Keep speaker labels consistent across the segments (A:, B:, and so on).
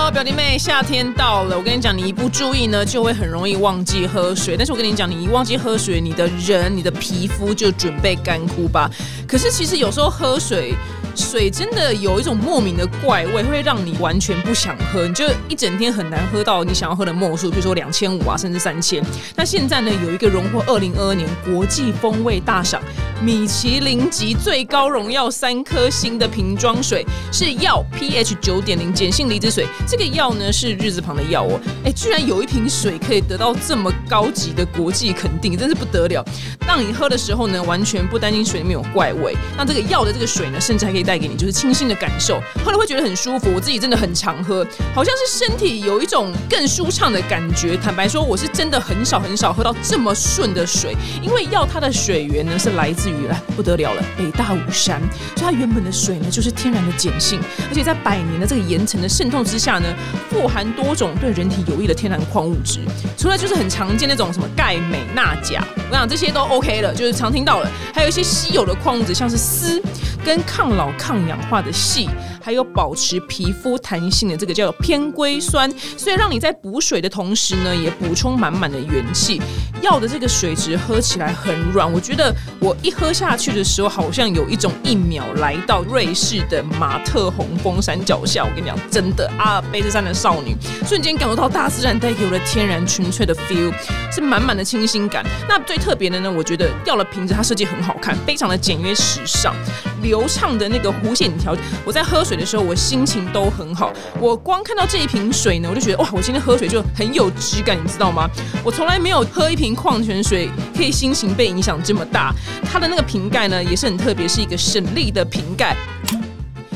A: 道表弟妹，夏天到了，我跟你讲，你一不注意呢，就会很容易忘记喝水。但是我跟你讲，你一忘记喝水，你的人、你的皮肤就准备干枯吧。可是其实有时候喝水，水真的有一种莫名的怪味，会让你完全不想喝，你就一整天很难喝到你想要喝的墨数，比如说两千五啊，甚至三千。那现在呢，有一个荣获二零二二年国际风味大赏米其林级最高荣耀三颗星的瓶装水，是药 pH 九点零碱性离子水。这个药呢是日字旁的药哦，哎，居然有一瓶水可以得到这么高级的国际肯定，真是不得了。让你喝的时候呢，完全不担心水里面有怪味。那这个药的这个水呢，甚至还可以带给你就是清新的感受，喝了会觉得很舒服。我自己真的很常喝，好像是身体有一种更舒畅的感觉。坦白说，我是真的很少很少喝到这么顺的水，因为药它的水源呢是来自于哎不得了了北大武山，所以它原本的水呢就是天然的碱性，而且在百年的这个岩层的渗透之下呢，富含多种对人体有益的天然矿物质，除了就是很常见那种什么钙、镁、钠、钾，我想这些都 OK 了，就是常听到了。还有一些稀有的矿物质，像是锶，跟抗老抗氧化的硒，还有保持皮肤弹性的这个叫偏硅酸，所以让你在补水的同时呢，也补充满满的元气。药的这个水质喝起来很软，我觉得我一喝下去的时候，好像有一种一秒来到瑞士的马特洪峰山脚下。我跟你讲，真的阿尔卑斯山的少女，瞬间感受到大自然带给我的天然纯粹的 feel，是满满的清新感。那最特别的呢，我觉得掉了瓶子它设计很好看，非常的简约时尚，流畅的那个弧线条。我在喝水的时候，我心情都很好。我光看到这一瓶水呢，我就觉得哇，我今天喝水就很有质感，你知道吗？我从来没有喝一瓶矿泉水可以心情被影响这么大。它的那个瓶盖呢，也是很特别，是一个省力的瓶盖。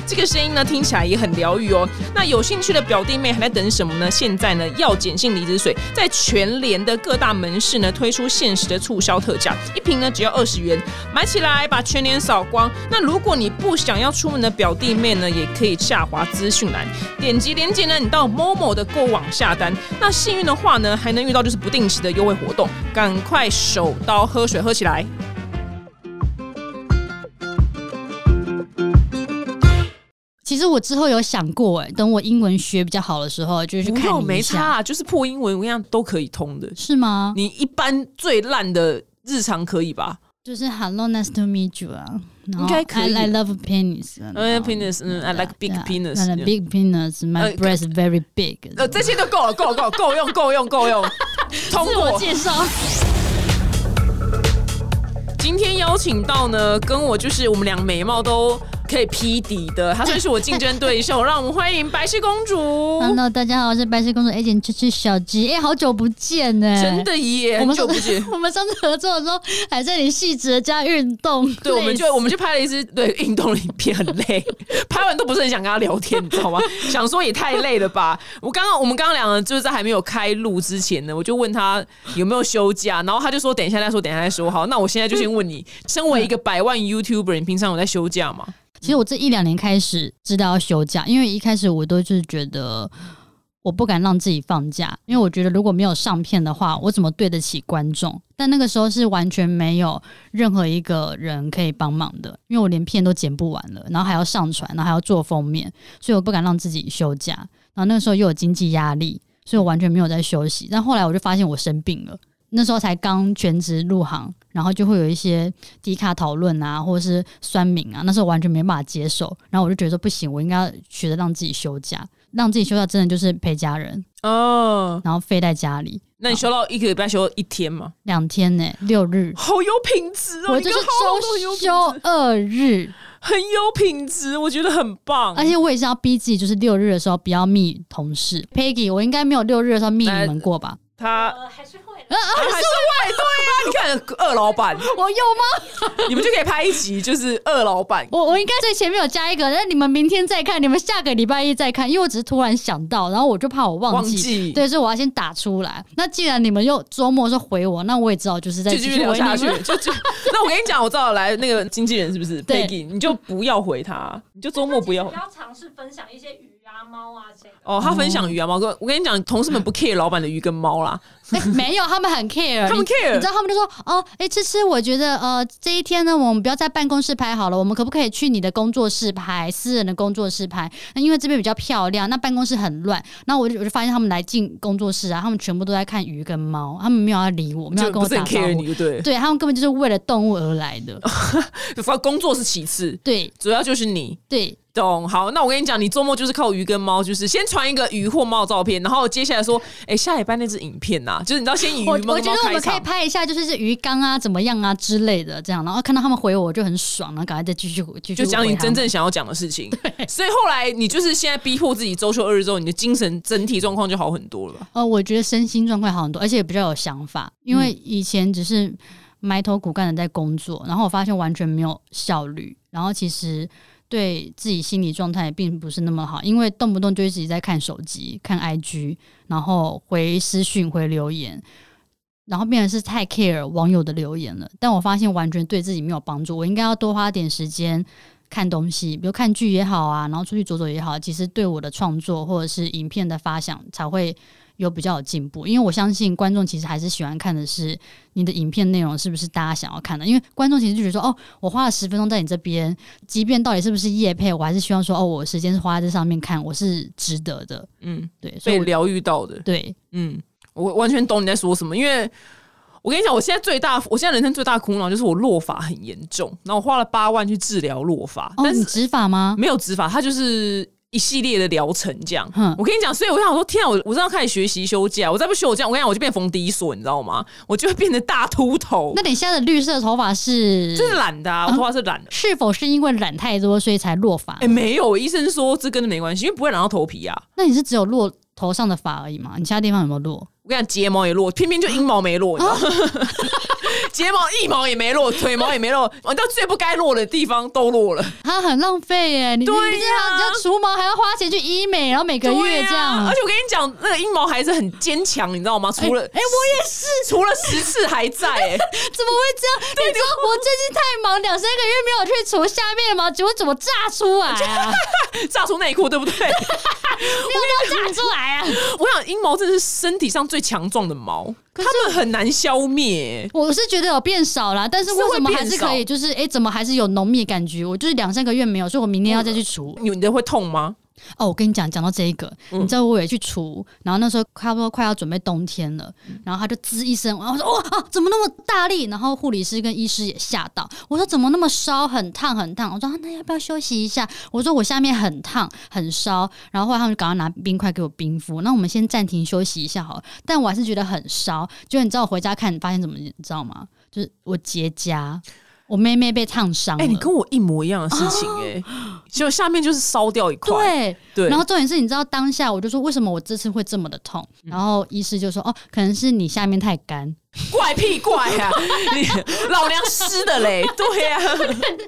A: 这个声音呢，听起来也很疗愈哦。那有兴趣的表弟妹还在等什么呢？现在呢，药碱性离子水在全联的各大门市呢推出限时的促销特价，一瓶呢只要二十元，买起来把全联扫光。那如果你不想要出门的表弟妹呢，也可以下滑资讯栏，点击链接呢，你到 Momo 的购网下单。那幸运的话呢，还能遇到就是不定期的优惠活动，赶快手刀喝水喝起来。
B: 其实我之后有想过，哎，等我英文学比较好的时候，就去
A: 不
B: 看
A: 用
B: 你一
A: 没差、
B: 下，
A: 啊，就是破英文，我跟你讲都可以通的。
B: 是吗？
A: 你一般最烂的日常可以吧？
B: 就是 Hello, nice to meet you 啊，然
A: 应
B: 后
A: 该可以
B: I, I love penis，啊
A: 呃，penis，嗯，I like big penis，
B: I like big penis,
A: 呃
B: my breast very big。
A: 呃，这些都够了，够了，够了，够用，够用，够用， 通
B: 自我
A: 过。
B: 介绍，
A: 今天邀请到呢，跟我就是我们俩眉毛都可以匹敌的，她算是我竞争对 手，让我们欢迎白雪公主。
B: Hello，大家好，我是白雪公主 A 姐，就是小吉。哎、好久不见呢、
A: 真的耶，
B: 我
A: 很
B: 们
A: 久
B: 上
A: 不
B: 次。
A: 见
B: 我们上次合作的时候，还在你细致的加运动，
A: 对，我们
B: 累死
A: 就我们去拍了一支对运动的影片，很累，拍完都不是很想跟他聊天，你知道吗？想说也太累了吧。我刚刚我们刚刚两个就是在还没有开录之前呢，我就问他有没有休假，然后他就说等一下再说，等一下再说。好，那我现在就先问你，身为一个百万 YouTuber，你平常有在休假吗？
B: 其实我这一两年开始知道要休假，因为一开始我都是觉得我不敢让自己放假，因为我觉得如果没有上片的话，我怎么对得起观众？但那个时候是完全没有任何一个人可以帮忙的，因为我连片都剪不完了，然后还要上传，然后还要做封面，所以我不敢让自己休假。然后那个时候又有经济压力，所以我完全没有在休息。但后来我就发现我生病了。那时候才刚全职入行，然后就会有一些低卡讨论啊，或者是酸民啊，那时候完全没办法接受。然后我就觉得说不行，我应该要学着让自己休假，让自己休假真的就是陪家人，
A: 哦，
B: 然后飞在家里
A: 那你休到一个礼拜休一天吗？
B: 两天呢、六日。
A: 好有品质哦，
B: 我
A: 你
B: 就
A: 跟
B: 是
A: 浩浩都很有
B: 周
A: 品
B: 休
A: 质，
B: 二日，
A: 很有品质，我觉得很棒。
B: 而且我也是要逼自己，就是六日的时候不要密同事。Peggy，我应该没有六日的时候密你
A: 来
B: 们过吧？
A: 他
C: 呃，还是会
B: 啊啊
A: 还，是会对呀、你看二老板，
B: 我有吗？
A: 你们就可以拍一集，就是二老板。
B: 我我应该最前面有加一个，那你们明天再看，你们下个礼拜一再看，因为我只是突然想到，然后我就怕我忘记，
A: 忘记
B: 对，所以我要先打出来。那既然你们又周末说回我，那我也只好就是再
A: 就
B: 继
A: 继
B: 续
A: 续聊
B: 回
A: 下
B: 你
A: 去
B: 们。，
A: 就就那我跟你讲，我知道来那个经纪人是不是
B: 对
A: Peggy，你就不要回他，你就周末不要
C: 不。要尝试分享一些娱啊猫啊这个。
A: 哦，他分享鱼啊猫哥，我跟你讲，同事们
B: 嗯
A: 不 care 老板的鱼跟猫啦，
B: 哎、没有，他们很 care，
A: 他们
B: 你你
A: care
B: 知。道他们就说哦，哎、这次我觉得呃，这一天呢，我们不要在办公室拍好了，我们可不可以去你的工作室拍，私人的工作室拍？那因为这边比较漂亮，那办公室很乱。然后我就我就发现他们来进工作室啊，他们全部都在看鱼跟猫，他们没有要理我，没有
A: 就
B: 要跟
A: 不
B: 我
A: 是
B: 打
A: 很
B: 招
A: care
B: 呼。
A: 你，对，
B: 对他们根本就是为了动物而来 的。
A: 反正工作是其次，
B: 对
A: 主要就是你
B: 对，
A: 懂。好，那我跟你讲，你做梦就是靠鱼跟猫，就是先传一个鱼或猫的照片，然后接下来说，哎、下礼拜那只影片呐、就是你知道先以鱼
B: 我
A: 跟猫
B: 我觉得我
A: 开
B: 们可以
A: 场。
B: 拍一下，就是这鱼缸啊怎么样啊之类的，这样，然后看到他们回我，我就很爽，然后赶快再继续继续
A: 就讲
B: 回
A: 你
B: 他
A: 真
B: 们
A: 正想要讲的事 情，所以后来你就是现在逼迫自己周休二日之后，你的精神整体状况就好很多了吧？
B: 呃，我觉得身心状况好很多，而且也比较有想法，因为以前只是埋头苦干的在工作，然后我发现完全没有效率，然后其实对自己心理状态也并不是那么好，因为动不动就一直在看手机、看 IG，然后回私讯、回留言。然后变成是太 care 网友的留言了，但我发现完全对自己没有帮助。我应该要多花点时间看东西，比如看剧也好啊，然后出去走走也好，其实对我的创作或者是影片的发想才会有比较有进步，因为我相信观众其实还是喜欢看的是你的影片内容是不是大家想要看的，因为观众其实就觉得说，哦，我花了十分钟在你这边，即便到底是不是夜配，我还是希望说，哦，我时间是花在这上面看，我是值得的，
A: 嗯，
B: 对，所以
A: 被
B: 我
A: 疗愈到的，
B: 对
A: 嗯，我完全懂你在说什么，因为我跟你讲，我现在最大，我现在人生最大的苦恼就是我落发很严重，然后我花了八万去治疗落发，
B: 哦，
A: 但
B: 你
A: 是
B: 执法吗？
A: 没有执法，它就是一系列的疗程这样。
B: 哼
A: 我跟你讲，所以我想说，天啊，我我这样开始学习休假，我再不休我这样，我跟你讲，我就变冯迪索，你知道吗？我就会变成大秃头
B: 那，嗯你现在的绿色头发是
A: 这是懒的啊，我头发是懒的。
B: 是否是因为染太多所以才落发？
A: 哎、没有，医生说这跟那没关系，因为不会染到头皮啊。
B: 那你是只有落头上的发而已吗？你其他地方有没有落？
A: 我跟你讲，睫毛也落，偏偏就阴毛没落，你知道吗？ 睫毛一毛也没落，腿毛也没落，玩到最不该落的地方都落了。
B: 它啊很浪费耶！你
A: 对
B: 你这
A: 呀
B: 样要除毛还要花钱去医美，然后每个月这
A: 对
B: 样，
A: 啊而且我跟你讲，那个阴毛还是很坚强，你知道吗？除了哎、我也是， 除了十次还在、哎
B: 怎么会这样？你知道我最近太忙，两三个月没有去除下面的毛，结果怎么炸出来啊？
A: 炸出内裤，对不对？
B: 我都炸出来啊！
A: 我想阴毛真的是身体上最强壮的毛，它们很难消灭、
B: 我是觉得有变少啦，但是为什么还是可以？就是哎、诶怎么还是有浓密的感觉？我就是两三个月没有，所以我明天要再去除。
A: 你你的会痛吗？
B: 哦，我跟你讲，讲到这一个，
A: 嗯
B: 你知道我也去除，然后那时候差不多快要准备冬天了，
A: 嗯
B: 然后他就滋一声，然后我说哇、啊，怎么那么大力？然后护理师跟医师也吓到，我说怎么那么烧，很烫很烫。我说、啊那要不要休息一下？我说我下面很烫很烧，然后后来他们就赶快拿冰块给我冰敷。那我们先暂停休息一下好了，但我还是觉得很烧。结果你知道我回家看，发现怎么你知道吗？就是我结痂，我妹妹被烫伤了。
A: 哎、你跟我一模一样的事情、哎、就下面就是烧掉一块，
B: 对，
A: 对，
B: 然后重点是，你知道当下我就说为什么我这次会这么的痛，
A: 嗯
B: 然后医师就说哦，可能是你下面太干。
A: 怪屁怪 啊！你老娘湿的嘞，对呀、啊，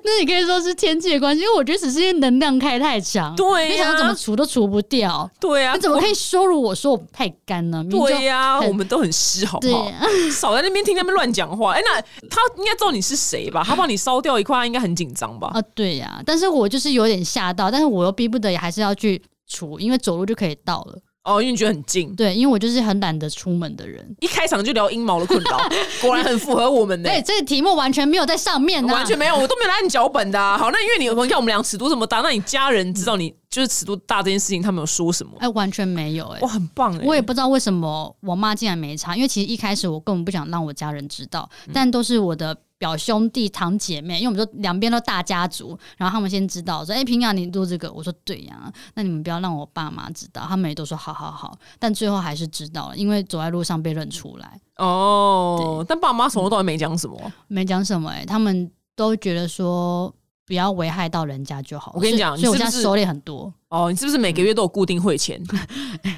B: 那你可以说是天气的关系，因为我觉得只是因为能量开太强，
A: 对呀
B: 你想要怎么除都除不掉，
A: 对呀、啊，
B: 你怎么可以羞辱我说我太干呢？明明就
A: 对呀、
B: 很
A: 我们都很湿，好不好
B: 对？
A: 少在那边听他们乱讲话。哎、那他应该知道你是谁吧？他帮你烧掉一块，他应该很紧张吧？
B: 啊，对呀、但是我就是有点吓到，但是我又逼不得已还是要去除，因为走路就可以到了。
A: 哦，因为你觉得很近。
B: 对，因为我就是很懒得出门的人。
A: 一开场就聊阴毛的困 扰，果然很符合我们呢、
B: 对，这个题目完全没有在上面、啊，
A: 完全没有，我都没有来你脚本的、啊。好，那因为你你看我们俩尺度这么大，那你家人知道你就是尺度大这件事情，他们有说什么？
B: 哎、完全没有哎、
A: 哇，很棒哎、
B: 我也不知道为什么我妈竟然没查，因为其实一开始我根本不想让我家人知道，
A: 嗯
B: 但都是我的表兄弟堂姐妹，因为我们说两边都大家族，然后他们先知道说，哎、平阳你做这个，我说对呀、那你们不要让我爸妈知道，他们也都说好好好，但最后还是知道了，因为走在路上被认出来，
A: 嗯哦，但爸妈从头到尾没讲什么。
B: 没讲什么、哎，他们都觉得说不要危害到人家就好。
A: 我跟你讲
B: 所以所以我
A: 你是
B: 家
A: 不是
B: 收敛很多。
A: 哦，你是不是每个月都有固定汇钱？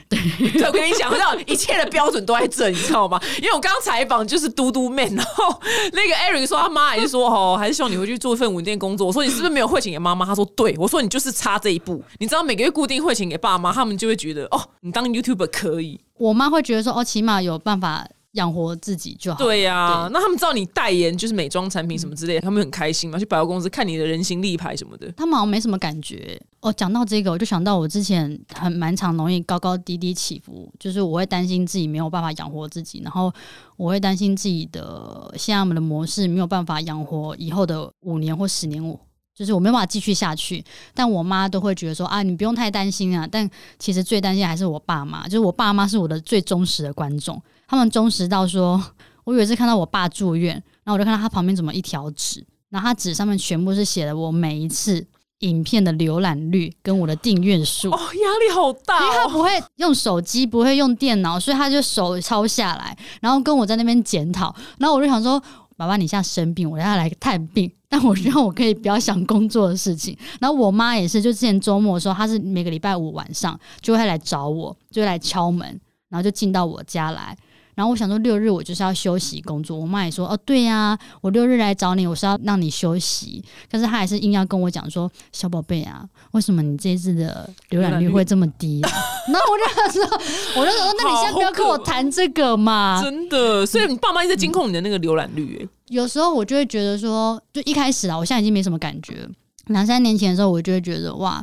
A: 对，对我跟你讲，到一切的标准都在这，你知道吗？因为我刚刚采访就是嘟嘟妹，然后那个 Eric 说他妈也是说哦，还是希望你回去做一份稳定的工作。我说你是不是没有汇钱给妈妈？他说对，我说你就是差这一步。你知道每个月固定汇钱给爸妈，他们就会觉得哦，你当 YouTuber 可以。
B: 我妈会觉得说，哦，起码有办法养活自己就好。
A: 对呀、
B: 对
A: 那他们知道你代言就是美妆产品什么之类的，他们很开心嘛，去百货公司看你的人形立牌什么的。
B: 他们好像没什么感觉。哦，讲到这个，我就想到我之前很蛮常容易高高低低起伏，就是我会担心自己没有办法养活自己，然后我会担心自己的现在我们的模式没有办法养活以后的五年或十年我。就是我没有办法继续下去，但我妈都会觉得说啊，你不用太担心啊。但其实最担心还是我爸妈，就是我爸妈是我的最忠实的观众，他们忠实到说，我有一次看到我爸住院，然后我就看到他旁边怎么一条纸，然后他纸上面全部是写了我每一次影片的浏览率跟我的订阅数。
A: 哦，压力好大、
B: 因为他
A: 哦。
B: 不会用手机，不会用电脑，所以他就手抄下来，然后跟我在那边检讨。然后我就想说，爸爸你现在生病，我要来探病，但我希望我可以不要想工作的事情。然后我妈也是，就之前周末的时候，她是每个礼拜五晚上就会来找我，就会来敲门，然后就进到我家来。然后我想说，六日我就是要休息工作。我妈也说，哦，对呀、我六日来找你，我是要让你休息。但是她还是硬要跟我讲说，小宝贝啊，为什么你这一次的浏览率会这么低、啊？ 然后我就想说，我就想说，那你先不要跟我谈这个嘛。
A: 真的，所以你爸妈一直在监控你的那个浏览率、哎
B: 有时候我就会觉得说，就一开始啊，我现在已经没什么感觉了。两三年前的时候，我就会觉得哇，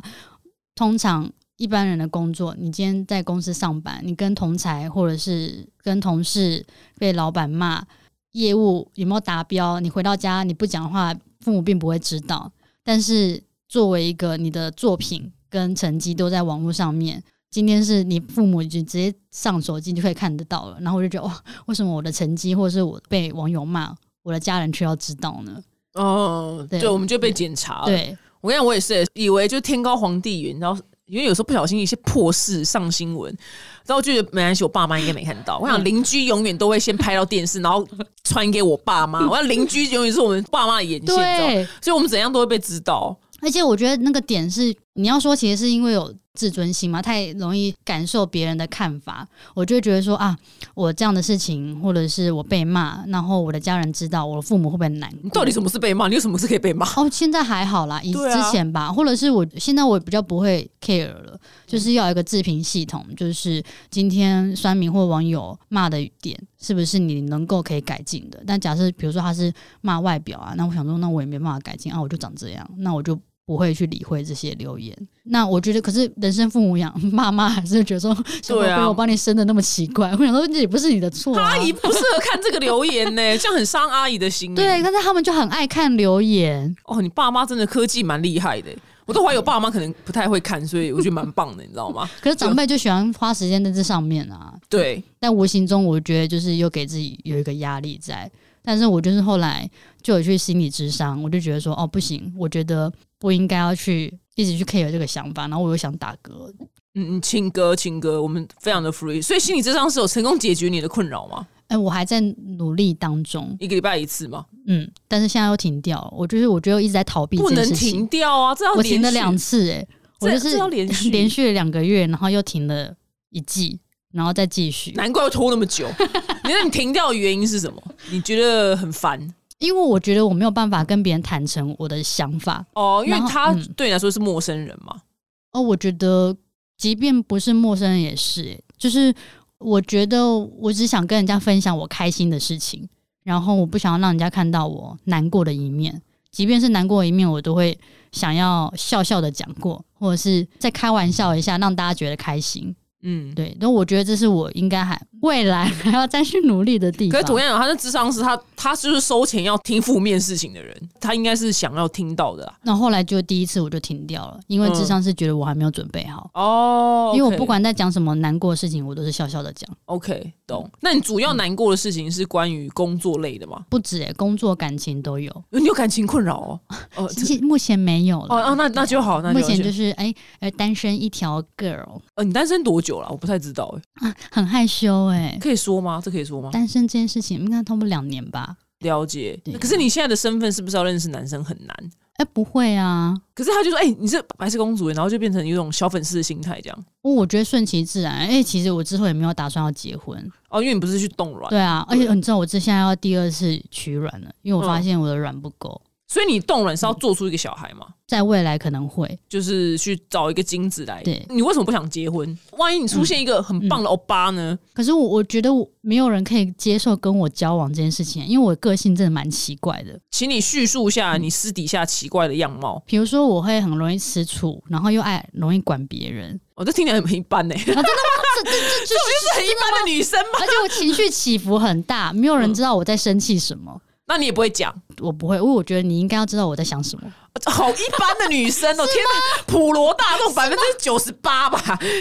B: 通常一般人的工作，你今天在公司上班，你跟同才或者是跟同事被老板骂，业务有没有达标，你回到家你不讲话，父母并不会知道。但是作为一个你的作品跟成绩都在网络上面。今天是你父母就直接上手机就可以看得到了，然后我就觉得哇，为什么我的成绩或者是我被网友骂，我的家人却要知道呢？
A: 哦，
B: 对
A: 对，我们就被检查了。
B: 对，
A: 我跟你讲，我也是，以为就天高皇帝远，然后因为有时候不小心一些破事上新闻，然后我就觉得没关系，我爸妈应该没看到。我想邻居永远都会先拍到电视，然后传给我爸妈。我想邻居永远是我们爸妈的眼线，你知道吗
B: 对，
A: 所以我们怎样都会被知道。
B: 而且我觉得那个点是，你要说其实是因为有自尊心嘛，太容易感受别人的看法，我就会觉得说啊，我这样的事情，或者是我被骂，然后我的家人知道，我的父母会不会很难
A: 你
B: 过？
A: 到底什么是被骂？你有什么是可以被骂？
B: 哦，现在还好啦，以
A: 对啊
B: 之前吧，或者是我现在我比较不会 care 了，就是要有一个自评系统，就是今天酸民或网友骂的点是不是你能够可以改进的？但假设比如说他是骂外表啊，那我想说，那我也没办法改进啊，我就长这样，那我就。不会去理会这些留言，那我觉得，可是人生父母养， 爸妈还是觉得说，小宝
A: 对
B: 贝，
A: 啊
B: 我把你生的那么奇怪，我想说这也不是你的错、啊。
A: 阿姨不适合看这个留言呢、 这样很伤阿姨的心、
B: 对，，但是他们就很爱看留言，
A: 哦，你爸妈真的科技蛮厉害的、我都怀疑我爸妈可能不太会看，所以我觉得蛮棒的，你知道吗？
B: 可是长辈就喜欢花时间在这上面啊。
A: 对，
B: 但无形中我觉得就是又给自己有一个压力在。但是我就是后来就有去心理智商，我就觉得说，哦，不行，我觉得不应该要去一直去 care 这个想法，然后我又想打嗝。
A: 嗯，嗯，情歌，情歌，我们非常的 free，所以心理智商是有成功解决你的困扰吗？
B: 哎、我还在努力当中，
A: 一个礼拜一次吗？
B: 嗯，但是现在又停掉了。我就是我觉得我一直在逃避
A: 不
B: 这
A: 能
B: 件事情，
A: 停掉啊，这要
B: 我
A: 连续
B: 停了两，次、哎，我就
A: 这
B: 是
A: 这要连续
B: 连续了两个月，然后又停了一季，然后再继续。
A: 难怪要拖那么 久。你那你停掉的原因是什么？你觉得很烦
B: 因为我觉得我没有办法跟别人坦诚我的想法，
A: 哦，因为
B: 然后
A: 他
B: 嗯
A: 对你来说是陌生人嘛。
B: 哦，我觉得即便不是陌生人也是欸，就是我觉得我只想跟人家分享我开心的事情，然后我不想要让人家看到我难过的一面，即便是难过的一面，我都会想要笑笑的讲过，或者是再开玩笑一下，让大家觉得开心。
A: 嗯，
B: 对，但我觉得这是我应该还未来还要再去努力的地
A: 可
B: 方
A: 是。同样，他的智商是他，他就是收钱要听负面事情的人，他应该是想要听到的啊啦。
B: 那后来就第一次我就停掉了，因为智
A: 嗯
B: 商是觉得我还没有准备好，
A: 哦，
B: 因为我不管在讲什么难过的事情，我都是笑笑的讲。
A: OK，懂。那你主要难过的事情是关于工作类的吗？
B: 不止、欸、工作感情都有，
A: 你有感情困扰哦？ 哦，这
B: 其实目前没有
A: 哦
B: 了。
A: 哦，那那就好，那
B: 目
A: 就好
B: 前就是哎，呃，单身一条 girl，啊
A: 呃，你单身多久了？我不太知道、欸，
B: 很害羞哎、
A: 可以说吗？这可以说吗？
B: 单身这件事情应该差不多两年吧？
A: 了解
B: 对。
A: 可是你现在的身份是不是要认识男生很难？
B: 哎、不会啊，
A: 可是他就说：“哎、你是白雪公主欸，然后就变成有一种小粉丝的心态这样。
B: 哦我觉得顺其自然。哎、其实我之后也没有打算要结婚，”
A: 哦，因为你不是去冻卵，
B: 对啊，而
A: 对
B: 且你知道我这现在要第二次取卵了，因为我
A: 嗯
B: 发现我的卵不够，
A: 所以你冻卵是要做出一个小孩吗？
B: 在未来可能会，
A: 就是去找一个精子来
B: 对。
A: 你为什么不想结婚？万一你出现一个很棒的欧巴呢？
B: 可是我我觉得我没有人可以接受跟我交往这件事情，因为我个性真的蛮奇怪的。
A: 请你叙述一下你私底下奇怪的样貌。
B: 比如说，我会很容易吃醋，然后又爱容易管别人，
A: 我、这听起来很一般呢、欸，
B: 啊，真的吗？这这这这就是
A: 很一般的女生嘛。
B: 而且我情绪起伏很大，没有人知道我在生气什么。
A: 那你也不会讲，
B: 我不会，因为我觉得你应该要知道我在想什么。
A: 好一般的女生哦、天哪，普罗大众百分之九十八吧，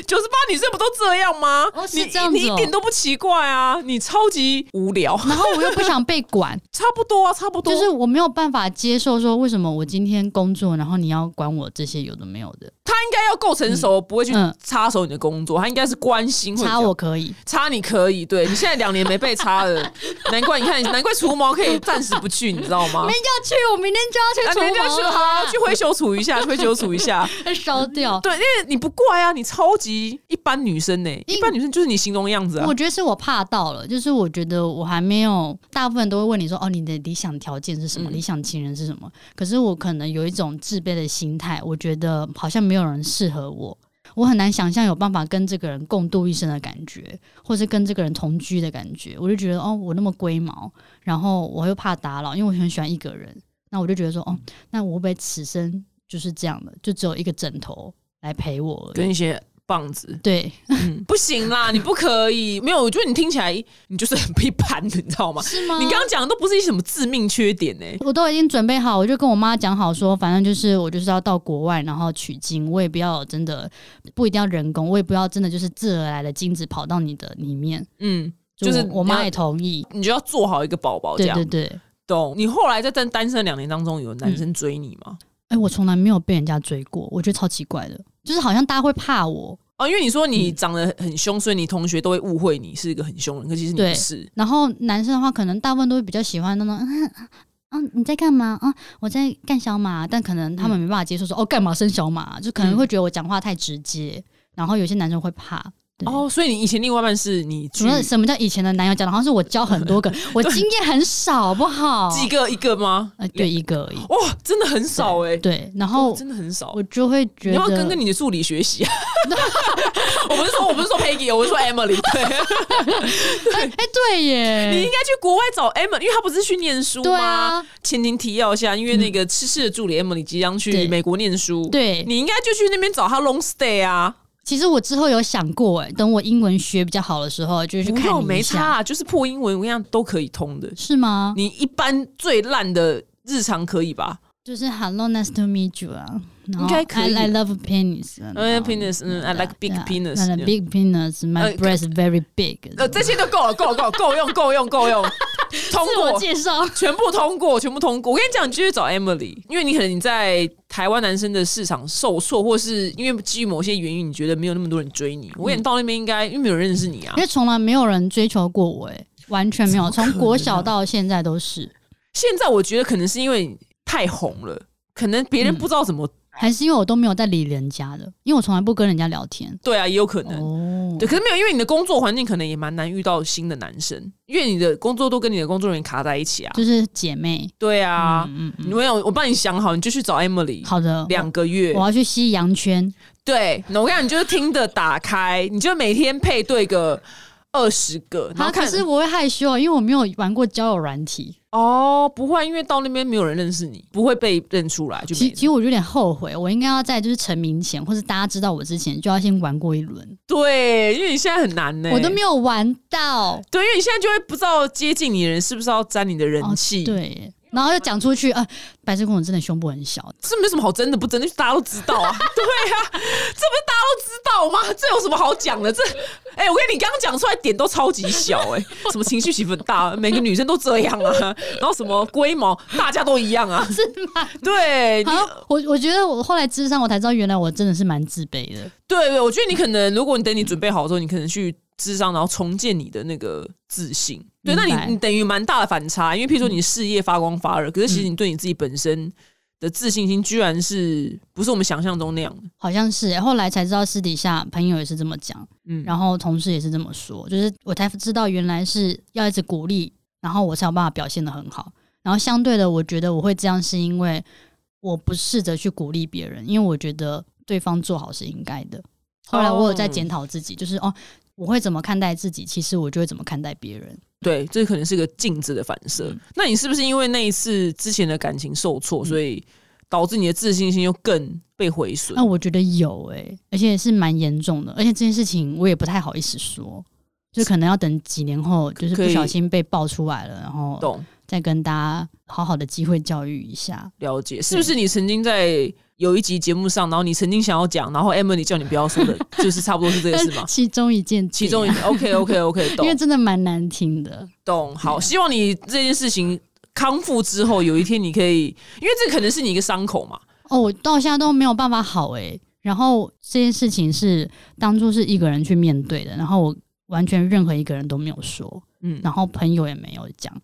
A: 九十八女生不都这样吗？
B: 哦是
A: 你
B: 这样子
A: 你
B: 哦
A: 一点都不奇怪啊，你超级无聊，
B: 然后我又不想被 管，
A: 差不多啊，差不多。
B: 就是我没有办法接受说为什么我今天工作，然后你要管我这些有的没有的。
A: 他应该要够成熟，不会去
B: 嗯
A: 插手你的工作，他应该是关心或者
B: 查我可以，
A: 插你可以，对你现在两年没被插 了，难怪你看，难怪除毛可以暂时不去，你知道吗
B: 明天？要去，我明天
A: 啊
B: 就
A: 人家
B: 要去
A: 去
B: 除
A: 好去灰修除一 下，去灰修除一下。
B: 毛了， 烧掉。
A: 对，因为你不怪啊，你超级一般女生呢、
B: 因
A: 一般女生就是你形容的样子啊
B: 我。觉得是我怕到了，就是我觉得我还没有，大部分都会问你说，哦，你的理想条件是什么？
A: 嗯
B: 理想情人是什么？可是我可能有一种自卑的心态，我觉得好像没有人适合我，我很难想象有办法跟这个人共度一生的感觉，或是跟这个人同居的感觉。我就觉得，哦，我那么龟毛，然后我又怕打扰，因为我很喜欢一个人，那我就觉得说，哦，那我会不会此生就是这样的，就只有一个枕头来陪我而已？
A: 跟一些棒子，
B: 对，
A: 嗯，不行啦，你不可以。没有，我觉得你听起来你就是很 一般的，你知道吗？
B: 是吗
A: 你刚刚讲的都不是一些什么致命缺点呢、
B: 我都已经准备好，我就跟我妈讲好说，反正就是我就是要到国外，然后取经，我也不要真的不一定要人工，我也不要真的就是自而来的精子跑到你的里面。
A: 嗯，
B: 就
A: 就是
B: 我我妈也同意，
A: 你就要做好一个宝宝这
B: 对
A: 样。
B: 对对。
A: 懂？你后来在单单身两年当中，有男
B: 嗯
A: 生追你吗？
B: 哎、我从来没有被人家追过，我觉得超奇怪的，就是好像大家会怕我，
A: 哦，因为你说你
B: 嗯
A: 长得很凶，所以你同学都会误会你是一个很凶人，可其实你
B: 对
A: 不是。
B: 然后男生的话，可能大部分都会比较喜欢那种， 嗯嗯、啊你在干嘛？啊，我在干小马，但可能他们没办法接受说，哦，干嘛生小马？就可
A: 嗯
B: 能会觉得我讲话太直接，然后有些男生会怕。对
A: 哦，所以你以前另外一半是你去
B: 什嗯么什么叫以前的男友讲的？好像是我交很 多个，我经验很少，好不好？
A: 几个一个吗？
B: 呃，对，一个而已。
A: 哇，真的很少哎、
B: 对，然
A: 哦，
B: 后
A: 真的很少
B: 我。就会
A: 你
B: 觉得，
A: 要不要跟跟你的助理学习啊？ 我不是说我不是说 Peggy，我是说 Emily。对，
B: 哎、对
A: 你应
B: 耶，
A: 该去国外找 Emily，因为她不是去念书
B: 对
A: 吗？
B: 啊，
A: 前情提要一下，因为那个痴痴的助理 Emily 即将去
B: 对
A: 美国念书，，
B: 对。
A: 你应该就去那边找她 long stay 啊。
B: 其实我之后有想过，哎，等我英文学比较好的时候，就去
A: 不
B: 看
A: 用
B: 你一
A: 没差、
B: 下，
A: 啊，就是破英文我跟你讲都可以通的。
B: 是吗？
A: 你一般最烂的日常可以吧？
B: 就是 Hello, nice to meet you 啊，然
A: 应
B: 后
A: 该可以
B: I, I love penis，啊
A: 嗯，penis，嗯，I like big penis，
B: I like big penis,
A: 呃
B: my breast very big。
A: 呃，这些都够了，够了，够了，够用，够用，够用， 通
B: 自我
A: 过，
B: 介绍，
A: 全部通过，全部通过。我跟你讲，你就去找 Emily，因为你可能你在台湾男生的市场受挫，或是因为基于某些原因，你觉得没有那么多人追你。
B: 嗯
A: 我跟你到那边应该因为没有人认识你啊
B: 因。为从来没有人追求过我，哎，完全没
A: 怎
B: 有，
A: 么可能
B: 从
A: 啊
B: 国小到现在都是。
A: 现在我觉得可能是因为你太红了，可能别人不知道怎么。
B: 还是因为我都没有在理人家的，因为我从来不跟人家聊天。
A: 对啊，也有可能。
B: 哦，
A: 对，可是没有，因为你的工作环境可能也蛮难遇到新的男生，因为你的工作都跟你的工作人员卡在一起啊。
B: 就是姐妹
A: 对啊，
B: 嗯嗯
A: 你没有，我帮你想好，你就去找 Emily
B: 嗯，好的，
A: 两个月
B: 我。我要去吸羊圈，
A: 对，那我跟你讲，你就是听的打开，你就每天配对个二十个，然
B: 啊，
A: 后
B: 可
A: 看。
B: 是我会害羞啊，因为我没有玩过交友软体。
A: 哦，不会，因为到那边没有人认识你，不会被认出来，就
B: 其
A: 没
B: 其实我有点后悔，我应该要在就是成名前，或是大家知道我之前，就要先玩过一轮，
A: 对，因为你现在很难呢、
B: 我都没有玩到。
A: 对，因为你现在就会不知道接近你的人是不是要沾你的人气，
B: 哦，对，然后又讲出去，啊，白色公主真的胸部很小，
A: 这没什么好真的不真的，大家都知道啊。对啊，这不是大家都知道吗？这有什么好讲的？这，哎、我跟你刚刚讲出来点都超级小、哎，什么情绪起伏很大，每个女生都这样啊，然后什么龟毛，大家都一样啊，
B: 是吗？
A: 对，你
B: 好，我我觉得我后来智商，我才知道原来我真的是蛮自卑的。
A: 对对，我觉得你可能，如果你等你准备好之后，你可能去智商，然后重建你的那个自信。对，
B: 明
A: 那
B: 白嗯
A: 你你等于蛮大的反差，因为譬如说你事业发光发热，可是其实你对你自己本身的自信心，居然是不是我们想象中那样的？
B: 好像是欸，后来才知道私底下朋友也是这么讲，
A: 嗯
B: 嗯，然后同事也是这么说，就是我才知道原来是要一直鼓励，然后我才有办法表现的很好。然后相对的，我觉得我会这样是因为我不试着去鼓励别人，因为我觉得对方做好是应该的。后来我有在检讨自己，就是哦，我会怎么看待自己，其实我就会怎么看待别人。
A: 对，这可能是个镜子的反射。
B: 嗯
A: 那你是不是因为那一次之前的感情受挫，所以导致你的自信心又更被毁损？
B: 那我觉得有诶、而且是蛮严重的，而且这件事情我也不太好意思说，就可能要等几年后，就是
A: 可
B: 不
A: 以
B: 小心被爆出来了，然后
A: 懂
B: 再跟大家好好的机会教育一下。？
A: 了解，是不是你曾经在有一集节目上，然后你曾经想要讲，然后 Emily 叫你不要说 的，就是差不多是这个是吗
B: 其中一件，啊
A: 其中一 OK OK OK
B: 因为
A: 懂
B: 真的蛮难听的，
A: 懂好，希望你这件事情康复之后，有一天你可以，因为这可能是你一个伤口嘛，
B: 哦，我到现在都没有办法好诶、然后这件事情是当初是一个人去面对的，然后我完全任何一个人都没有说，
A: 嗯，
B: 然后朋友也没有讲，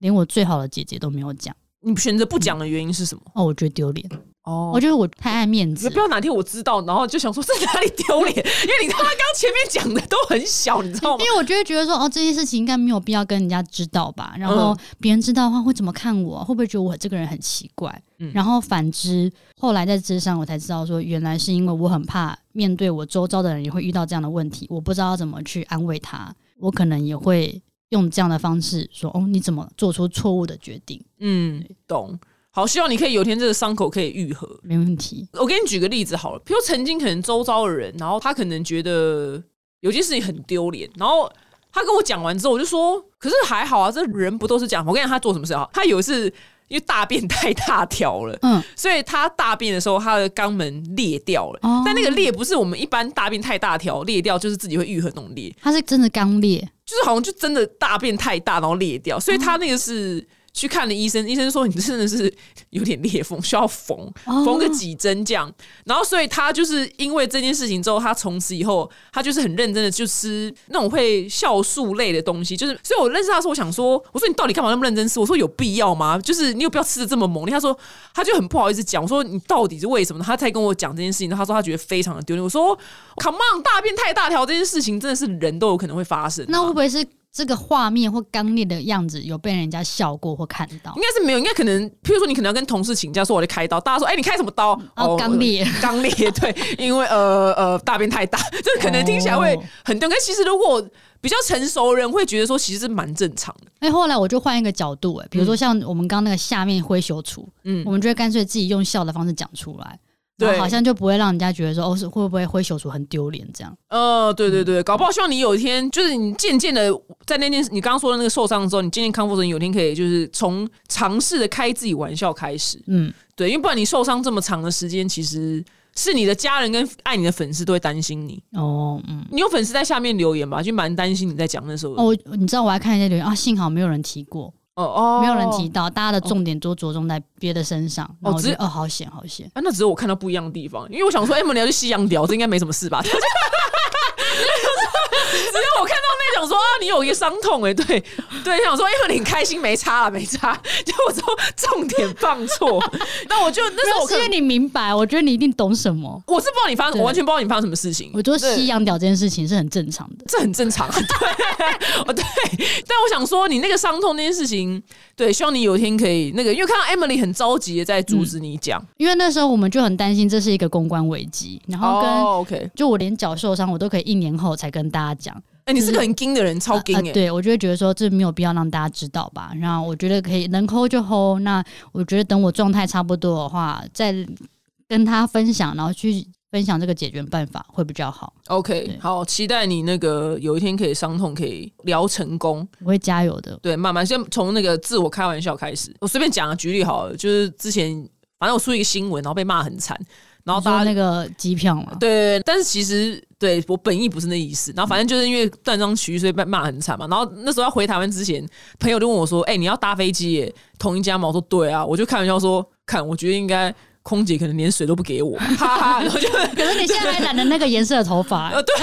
B: 连我最好的姐姐都没有讲。
A: 你选择不讲的原因是什么？
B: 哦，我觉得丢脸，
A: 哦
B: 我觉得我太爱面子
A: 你不要哪天我知道，然后就想说在哪里丢 脸，因为你他妈刚前面讲的都很小，你知道吗
B: 因？为我就会觉得说，哦，这些事情应该没有必要跟人家知道吧？然后
A: 嗯
B: 别人知道的话会怎么看我？会不会觉得我这个人很奇怪？
A: 嗯
B: 然后反之，后来在智商我才知道说，原来是因为我很怕面对我周遭的人也会遇到这样的问题，我不知道要怎么去安慰他，我可能也会用这样的方式说，哦，你怎么做出错误的决定？
A: 嗯，懂。好，希望你可以有一天这个伤口可以愈合。
B: 没问题，
A: 我给你举个例子好了，比如曾经可能周遭的人，然后他可能觉得有件事情很丢脸，然后他跟我讲完之后，我就说，可是还好啊，这人不都是这样？我跟你讲，他做什么事啊？他有一次因为大便太大条了，
B: 嗯，
A: 所以他大便的时候，他的肛门裂掉了。
B: 哦
A: 但那个裂不是我们一般大便太大条裂掉，就是自己会愈合那种裂，
B: 他是真的刚烈，
A: 就是好像就真的大便太大，然后裂掉，所以他那个是。去看了医生，医生说你真的是有点裂缝，需要缝
B: 哦
A: 缝个几针这样。然后，所以他就是因为这件事情之后，他从此以后他就是很认真的就吃那种会酵素类的东西。就是，所以我认识他的时候，我想说，我说你到底干嘛那么认真吃？我说有必要吗？就是你有必要吃的这么猛烈？他说他就很不好意思讲。我说你到底是为什么？他才跟我讲这件事情，然后他说他觉得非常的丢脸。我说哦 Come on，大便太大条这件事情真的是人都有可能会发生啊、
B: 那会不会是这个画面或刚烈的样子有被人家笑过或看到
A: 应？该是没有，应该可能，譬如说你可能要跟同事请假，说我在开刀，大家说，哎、你开什么刀？
B: 哦刚烈
A: 呃刚烈， 对，因为呃呃大便太大，这可能听起来会
B: 哦
A: 很丢。但其实如果比较成熟的人会觉得说，其实是蛮正常的。
B: 哎、后来我就换一个角度、哎，比如说像我们刚刚那个下面挥手处，
A: 嗯
B: 嗯，我们就会干脆自己用笑的方式讲出来，然后
A: 对
B: 好像就不会让人家觉得说哦，是会不会挥手处很丢脸这样。
A: 呃，对对对，搞不好希望你有一天，就是你渐渐的在那件你刚刚说的那个受伤之后，你渐渐康复的时候，你有一天可以就是从尝试的开自己玩笑开始，
B: 嗯，
A: 对，因为不然你受伤这么长的时间，其实是你的家人跟爱你的粉丝都会担心你。
B: 哦，嗯，
A: 你有粉丝在下面留言吧，就蛮担心你在讲那时候的。
B: 哦，我你知道我还看一些留言啊，幸好没有人提过，
A: 哦哦
B: 没有人提到，大家的重点都着重在别的身上。然后我
A: 只
B: 觉得哦，好险，好险。
A: 啊，那只是我看到不一样的地方，因为我想说，哎、我们聊去西洋屌，这应该没什么事吧？只 有我看到那种说啊，你有一个伤痛哎、对对，想说哎、你很开心没差啊，没差，就我说重点放 错，那我就那时候我
B: 那是
A: 看
B: 因为你明白，我觉得你一定懂什么。
A: 我是不知道你发生，
B: 对
A: 我完全不知道你发生什么事情，
B: 我觉得
A: 嗯对
B: 吸羊屌这件事情是很正常的。
A: 这很正 常，对，哦对，但我想说，你那个伤痛那件事情，对，希望你有一天可以那个，因为看到 Emily 很着急的在阻止你讲，
B: 因为那时候我们就很担心这是一个公关危机，然后跟、
A: 哦、OK，
B: 就我连脚受伤，我都可以一年后才跟大家讲。
A: 哎、你是个很精的人，超精
B: 啊
A: 哎、
B: 啊对我就会觉得说这没有必要让大家知道吧。然后我觉得可以能抠就抠，那我觉得等我状态差不多的话，再跟他分享，然后去分享这个解决办法会比较好。
A: OK，
B: 对
A: 好，期待你那个有一天可以伤痛可以疗成功。
B: 我会加油的。
A: 对，慢慢先从那个自我开玩笑开始。我随便讲个举例好了，就是之前反正我出一个新闻，然后被骂很惨，然后
B: 你说
A: 大家
B: 那个机票嘛，
A: 对对，对但是其实对我本意不是那意思。然后反正就是因为断章取义，所以被骂很惨嘛。然后那时候要回台湾之前，朋友就问我说：“哎、你要搭飞机耶？同一家吗？”我说：“对啊。”我就开玩笑说：“看，我觉得应该空姐可能连水都不给我，哈哈。”然后就
B: 可是你现在还染了那个颜色的头发、欸
A: 呃，对，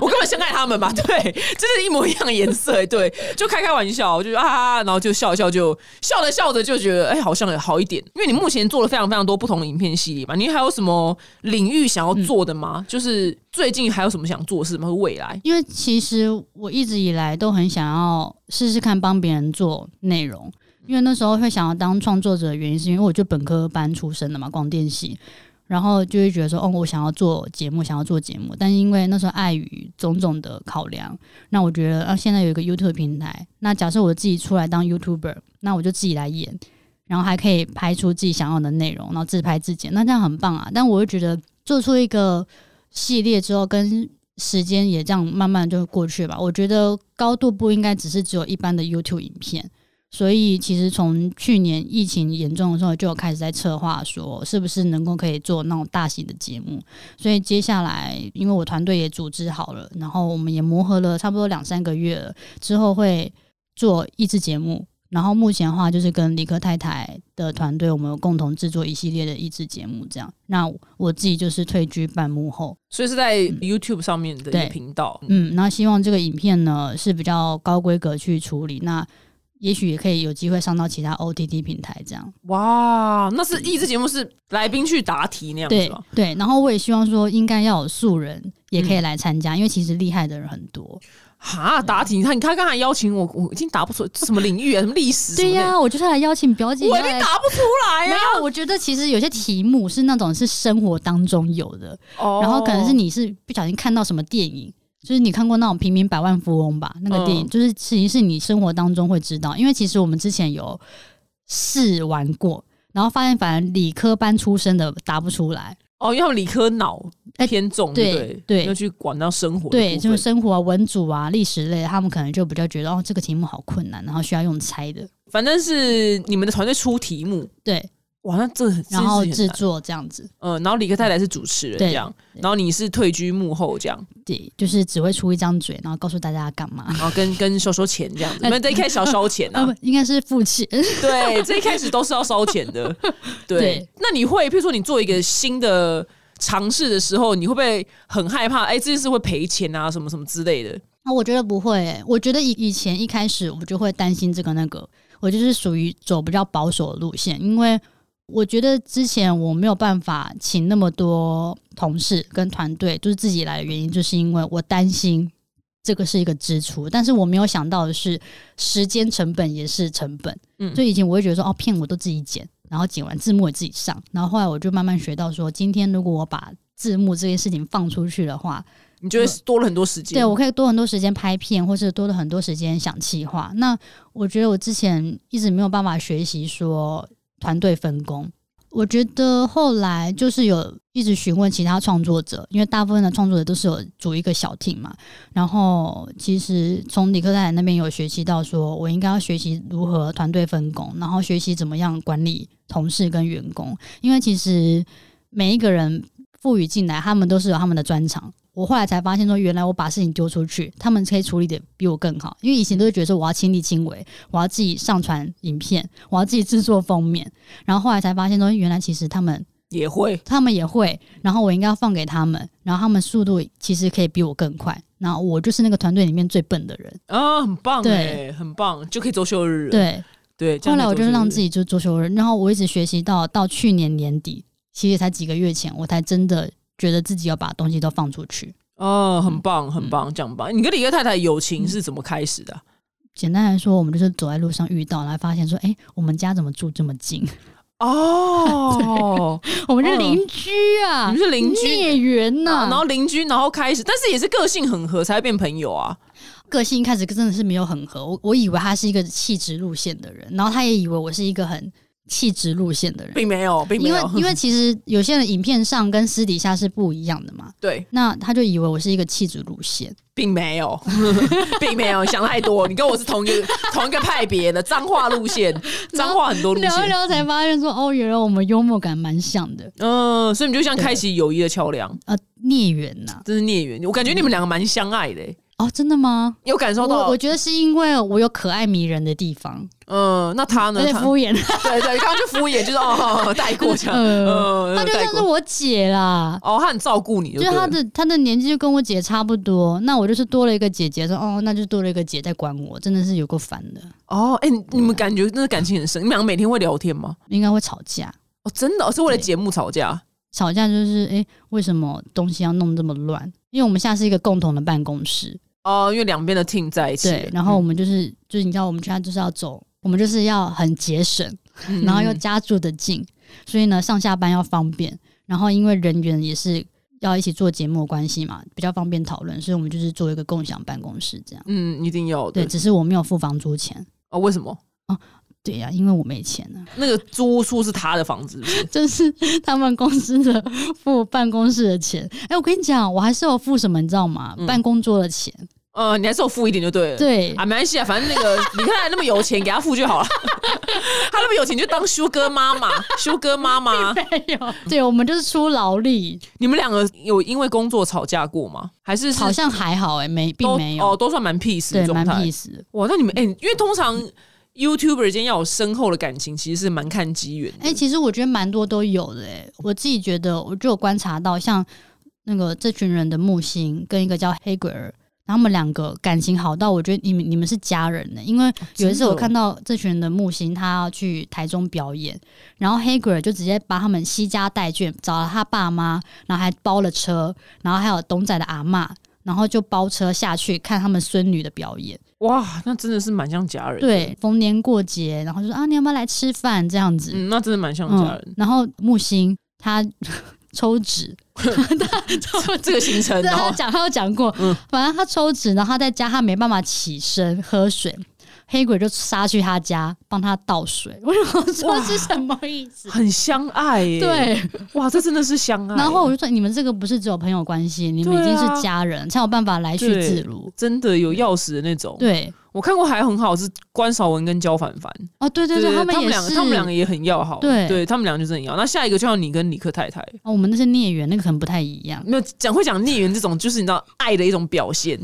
A: 我根本深爱他们嘛， 对，就是一模一样的颜色，对，就开开玩笑，就啊，然后就笑一笑就，笑着笑着就觉得，哎、好像有好一点。因为你目前做了非常非常多不同的影片系列嘛，你还有什么领域想要
B: 嗯
A: 做的吗？就是最近还有什么想做的事吗？或未来？
B: 因为其实我一直以来都很想要试试看帮别人做内容，因为那时候会想要当创作者的原因，是因为我就本科班出身的嘛，广电系，然后就会觉得说，哦，我想要做节目，想要做节目，但因为那时候碍于种种的考量，那我觉得啊，现在有一个 YouTube 平台，那假设我自己出来当 YouTuber，那我就自己来演，然后还可以拍出自己想要的内容，然后自拍自剪，那这样很棒啊！但我又觉得做出一个系列之后，跟时间也这样慢慢就过去吧。我觉得高度不应该只是只有一般的 YouTube 影片，所以其实从去年疫情严重的时候，就有开始在策划说，是不是能够可以做那种大型的节目。所以接下来，因为我团队也组织好了，然后我们也磨合了差不多两三个月了，之后会做益智节目。然后目前的话，就是跟理科太太的团队，我们有共同制作一系列的益智节目，这样。那我自己就是退居半幕后，
A: 所以是在 YouTube 上面的一
B: 嗯对
A: 个频道。
B: 嗯，那希望这个影片呢是比较高规格去处理，那也许也可以有机会上到其他 OTT 平台这样。
A: 哇，那是益智节目是来宾去答题那样子哦
B: 对
A: 吗？
B: 对，然后我也希望说，应该要有素人也
A: 嗯
B: 可以来参加，因为其实厉害的人很多。
A: 哈，答题，你看，你看刚才邀请我，我已经答不出这什么领域啊，什么历史什么
B: 对
A: 的，
B: 呀、我就是来邀请表姐
A: 我
B: 要
A: 一定
B: 来。
A: 答不出来啊
B: 没
A: 呀、
B: 有，我觉得其实有些题目是那种是生活当中有的，
A: 哦
B: 然后可能是你是不小心看到什么电影，就是你看过那种《平民百万富翁》吧？那个电影、
A: 嗯
B: 就是其实是你生活当中会知道，因为其实我们之前有试玩过，然后发现反而理科班出身的答不出来，
A: 哦，因为他们理科脑
B: 哎
A: 偏重，对不
B: 对对
A: 对，要去管到生活的
B: 对，
A: 部
B: 就是
A: 分
B: 生活啊、文组啊、历史类，他们可能就比较觉得哦，这个题目好困难，然后需要用猜的，
A: 反正是你们的团队出题目，
B: 对，
A: 哇，那这很
B: 然后
A: 这
B: 制
A: 是很难
B: 作这样子，
A: 嗯，然后理科太太是主持人
B: 对
A: 这样，
B: 对
A: 然后你是退居幕后这样，
B: 对，就是只会出一张嘴，然后告诉大家 干嘛。
A: 然后跟跟收收钱这样子，
B: 哎
A: 你们这一开始要收钱
B: 啊，
A: 啊
B: 不，，应该是父亲，
A: 对，这一开始都是要收钱 的。对，
B: 对
A: 那你会，譬如说你做一个新的尝试的时候，你会不会很害怕？哎、这件事会赔钱啊，什么什么之类的。
B: 啊，我觉得不会欸、我觉得以以前一开始我就会担心这个那个，我就是属于走比较保守的路线，因为我觉得之前我没有办法请那么多同事跟团队，就是自己来的原因，就是因为我担心这个是一个支出，但是我没有想到的是时间成本也是成本。
A: 嗯
B: 所以以前我会觉得说，哦，片我都自己剪，然后剪完字幕也自己上，然后后来我就慢慢学到说，今天如果我把字幕这件事情放出去的话，
A: 你就会多了很多时间。
B: 嗯对，我可以多很多时间拍片，或是多了很多时间想企划。那我觉得我之前一直没有办法学习说团队分工。我觉得后来就是有一直询问其他创作者，因为大部分的创作者都是有组一个小 team 嘛。然后其实从理科太太那边有学习到，说我应该要学习如何团队分工，然后学习怎么样管理同事跟员工，因为其实每一个人赋予进来，他们都是有他们的专长。我后来才发现说，原来我把事情丢出去，他们可以处理的比我更好。因为以前都会觉得说我要亲力亲为，我要自己上传影片，我要自己制作封面。然后后来才发现说，原来其实他们
A: 也会。
B: 他们也会，然后我应该要放给他们，然后他们速度其实可以比我更快。然后我就是那个团队里面最笨的人。
A: 啊，很棒
B: 对
A: 哎、很棒，就可以周休日了。
B: 对，
A: 对，这
B: 后
A: 样
B: 来我
A: 可以周
B: 就
A: 休日
B: 让自己就周休日，然后我一直学习到到去年年底，其实才几个月前，我才真的觉得自己要把东西都放出去。
A: 哦，很棒，很
B: 嗯
A: 棒，这样吧。你跟李哥太太友情是怎么开始的啊？
B: 简单来说，我们就是走在路上遇到，然后发现说，哎、我们家怎么住这么近？ 嗯
A: 哦，
B: 我们是
A: 嗯
B: 邻居啊，
A: 你们是邻居
B: 孽缘呐、
A: 然后邻居，然后开始，但是也是个性很合才会变朋友啊。
B: 个性一开始真的是没有很合，我我以为他是一个气质路线的人，然后他也以为我是一个很气质路线的人，
A: 并没有，并没
B: 因为
A: 有，
B: 因为其实有些人影片上跟私底下是不一样的嘛，
A: 对，
B: 那他就以为我是一个气质路线，
A: 并没有， 并没有，想太多。你跟我是同一个同一个派别的，脏话路线， 脏话很多路
B: 聊一
A: 线。
B: 聊才发现说，哦，原来我们幽默感蛮像的，
A: 嗯，所以你就像开启友谊的桥梁，
B: 呃，孽缘呐、
A: 这是孽缘。我感觉你们两个蛮相爱的、欸，
B: 哦，真的吗？
A: 有感受
B: 我
A: 到
B: 我。觉得是因为我有可爱迷人的地方，
A: 嗯，那他
B: 有
A: 呢？
B: 点
A: 他
B: 敷 衍，
A: 对对，刚刚就敷衍，就是哦，带过这样。
B: 呃
A: 嗯，
B: 她就
A: 带
B: 像是
A: 过。
B: 我姐啦。
A: 哦，他很照顾你，
B: 就
A: 对
B: 是
A: 了
B: 她的她的年纪就跟我姐差不多，那我就是多了一个姐姐，说哦，那就多了一个姐在管我，真的是有够烦的，
A: 哦，哎、你你们感觉真的感情很深。你们两个每天会聊天吗？
B: 应该会吵架。
A: 哦，真的、哦，是为了节目吵架。
B: 吵架就是诶，为什么东西要弄这么乱？因为我们现在是一个共同的办公室，
A: 哦，因为两边的 team 在一起了。
B: 嗯对，然后我们就是、就是你知道，我们家就是要走我们就是要很节省，
A: 嗯
B: 然后又家住的近，所以呢上下班要方便。然后因为人员也是要一起做节目的关系嘛，比较方便讨论，所以我们就是做一个共享办公室这样。
A: 嗯，一定要
B: 对，
A: 的。
B: 只是我没有付房租钱。
A: 哦，为什么
B: 对呀、因为我没钱啊，
A: 那个租屋处是他的房子？是不 是
B: 就是他们公司的付办公室的钱。哎、我跟你讲，我还是有付什么，你知道吗？
A: 嗯
B: 办公桌的钱。
A: 呃，你还是有付一点就对了。
B: 对，
A: 啊，没关系啊，反正 那个你看他那么有钱，给他付就好了。他那么有钱，你就当修哥妈妈，修哥妈妈。
B: 没有， 对我们就是出劳力，
A: 你们两个有因为工作吵架过吗？还是是
B: 好像还好哎、没并
A: 都
B: 没有，
A: 哦，都算蛮 peace 的
B: 对，
A: 状
B: 蛮
A: 态。
B: peace 的。
A: 哇，那你们哎、因为通常 YouTuber 之间要有深厚的感情，其实是蛮看机缘的。
B: 哎、其实我觉得蛮多都有的哎、我自己觉得，我就有观察到，像那个这群人的木星跟一个叫黑鬼儿。然后他们两个感情好到，我觉得你们你们是家人呢、因为有一次我看到这群人的木星，他要去台中表演，然后黑鬼儿就直接把他们西家带眷，找了他爸妈，然后还包了车，然后还有董仔的阿嬷，然后就包车下去看他们孙女的表演。
A: 哇，那真的是蛮像家人。，
B: 对，逢年过节，然后就说啊，你要不要来吃饭这样子？
A: 嗯，那真的蛮像家人
B: 嗯。，然后木星他 抽脂，
A: 这个行程
B: 对， 他
A: 哦
B: 有，讲他有讲过，
A: 嗯
B: 反正他抽脂，然后他在家他没办法起身喝水，黑鬼就杀去他家帮他倒水。我想说
A: 哇
B: 是什么意思？
A: 很相爱耶。，
B: 对，
A: 哇，这真的是相爱。
B: 然后我就说你们这个不是只有朋友关系，你们已经
A: 对
B: 是
A: 啊
B: 家人，才有办法来去
A: 对
B: 自如。
A: 真的有钥匙的那种。
B: 对，
A: 我看过还很好是关少文跟焦凡凡，
B: 哦，对对对，
A: 他
B: 们也
A: 两个
B: 是，
A: 他们两个也很要好，
B: 对
A: 他们两个就真的很要。那下一个就像你跟李克太太，
B: 哦，我们那是孽缘，那个可能不太一样。
A: 没有讲会讲孽缘这种，就是你知道爱的一种表现，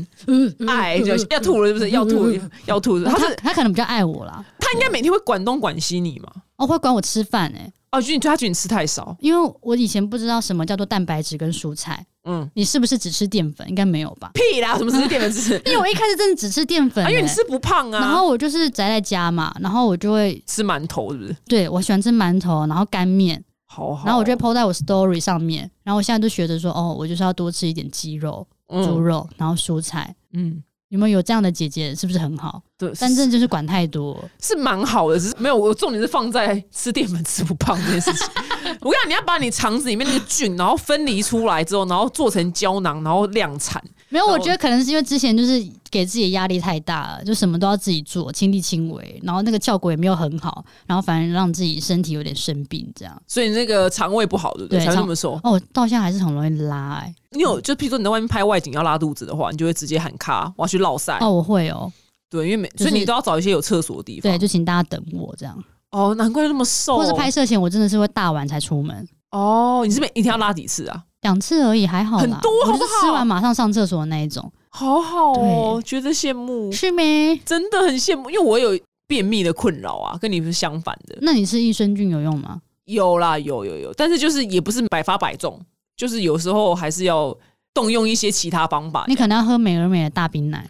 A: 爱
B: 嗯
A: 就是要吐了是不是？要吐要吐，
B: 他
A: 他是
B: 他可能比较爱我啦，
A: 他应该每天会管东管西你嘛？
B: 哦，会管我吃饭哎、
A: 哦，就你对他觉得你吃太少，
B: 因为我以前不知道什么叫做蛋白质跟蔬菜，
A: 嗯，
B: 你是不是只吃淀粉？应该没有吧？
A: 屁啦，什么是淀粉 质？
B: 因为我一开始真的只吃淀 粉、
A: 啊，因为你
B: 欸
A: 吃不胖
B: 然
A: 啊，
B: 后我就是宅在家嘛，然后我就会
A: 吃馒头是不是？
B: 对我喜欢吃馒头，然后干面，
A: 好好，
B: 然后我就会 PO 在我 story 上面。然后我现在就学着说，哦，我就是要多吃一点鸡肉、猪
A: 嗯
B: 肉，然后蔬菜。
A: 嗯，
B: 你们有这样的姐姐是不是很好？
A: 对，
B: 但这就是管太多，
A: 是蛮好的，只是没有我重点是放在吃淀粉吃不胖这件事情。 我跟你讲，你要把你肠子里面那个菌，然后分离出来之后，然后做成胶囊，然后量产。
B: 没有，我
A: 然后
B: 觉得可能是因为之前就是给自己的压力太大了，就什么都要自己做，亲力亲为，然后那个效果也没有很好，然后反而让自己身体有点生病这样。
A: 所以你那个肠胃不好，对不对？
B: 对
A: 才会
B: 肠
A: 这么说。
B: 哦，我到现在还是很容易拉哎、
A: 你有就譬如说你在外面拍外景要拉肚子的话，你就会直接喊卡，我要去落塞。
B: 哦，我会哦，
A: 对，因为每
B: 是
A: 所以你都要找一些有厕所的地
B: 对，
A: 方。
B: 就请大家等我这样，
A: 哦，难怪那么瘦。
B: 或是拍摄前我真的是会大晚才出门，
A: 哦，你是每一天要拉几次啊？
B: 两次而已，还好啦，
A: 很多
B: 我
A: 好不
B: 就是吃
A: 好
B: 完马上上厕所的那一种，
A: 好好哦，觉得羡慕，
B: 是没？
A: 真的很羡慕，因为我有便秘的困扰啊，跟你是相反的。
B: 那你吃益生菌有用吗？
A: 有啦，有有有，但是就是也不是百发百中，就是有时候还是要动用一些其他方法
B: 你可能要喝美而美的大冰奶，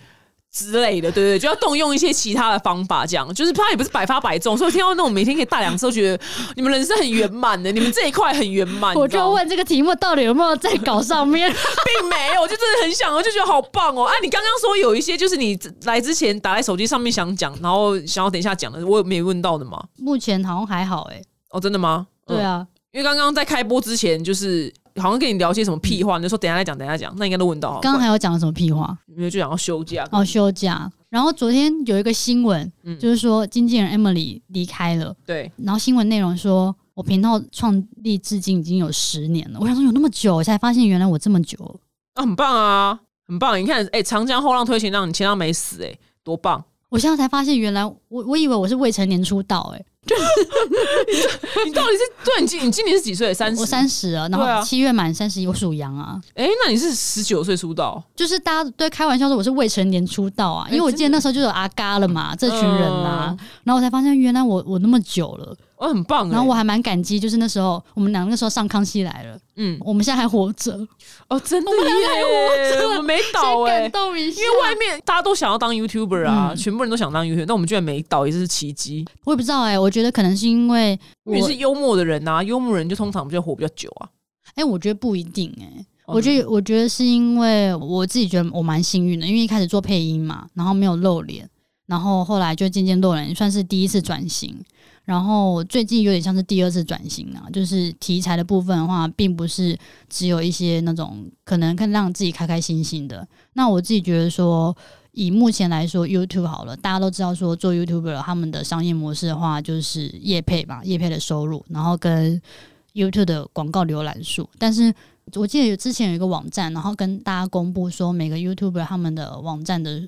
A: 之类的，对对，对就要动用一些其他的方法，这样就是他也不是百发百中，所以听到那种每天可以大两次，都觉得你们人生很圆满的，你们这一块很圆满。
B: 我
A: 啊你知道
B: 就
A: 吗，
B: 问这个题目到底有没有在搞 上面？
A: 并没哎有，我就真的很想，我就觉得好棒哦。啊，你刚刚说有一些就是你来之前打在手机上面想讲，然后想要等一下讲的，我有没问到的吗？
B: 目前好像还好哎、
A: 哦，真的吗？
B: 对
A: 嗯，
B: 啊。
A: 因为刚刚在开播之前就是。好像跟你聊些什么屁话，你就说等一下再讲，等一下再讲，那应该都问到好了。
B: 刚刚还有讲了什么屁话？
A: 没有就想要休假。
B: 哦，休假。然后昨天有一个新闻，
A: 嗯
B: 就是说经纪人 Emily 离开了，
A: 对，
B: 然后新闻内容说我频道创立至今已经有十年了。我想说有那么久，我才发现原来我这么久。
A: 啊，很棒啊，很棒！你看，哎、长江后浪推前浪，你前浪没死、哎，多棒！
B: 我现在才发现原来我我以为我是未成年出道、欸，
A: 你到底是对你今你今年是几岁？三十？
B: 我三十了，然
A: 对啊
B: 后七月满三十一，我属羊啊。
A: 哎、那你是十九岁出道？
B: 就是大家对开玩笑说我是未成年出道
A: 哎
B: 啊，因为我记得那时候就有阿嘎了
A: 嗯
B: 嘛，这群人啊，然后我才发现原来我我那么久了，
A: 我、很棒、哎
B: 然后我还蛮感激，就是那时候我们两个那时候上康熙来了，
A: 嗯，
B: 我们现在还活着，
A: 哦，真的耶，我们没倒
B: 先
A: 哎、
B: 感动一下。
A: 因为外面大家都想要当 YouTuber 啊，
B: 嗯
A: 全部人都想当 YouTuber，那我们居然没倒也是奇迹。
B: 我也不知道哎、我觉得可能是因为
A: 因
B: 我
A: 为你是幽默的人啊，幽默人就通常比较活比较久啊。
B: 哎、我觉得不一定哎、我觉得我觉得是因为我自己觉得我蛮幸运的，因为一开始做配音嘛，然后没有露脸，然后后来就渐渐落人，算是第一次转型。然后最近有点像是第二次转型啊，就是题材的部分的话，并不是只有一些那种可能更让自己开开心心的。那我自己觉得说，以目前来说，YouTube 好了，大家都知道说做 YouTuber 他们的商业模式的话，就是业配嘛，业配的收入，然后跟 YouTube 的广告浏览数。但是我记得有之前有一个网站，然后跟大家公布说每个 YouTuber 他们的网站的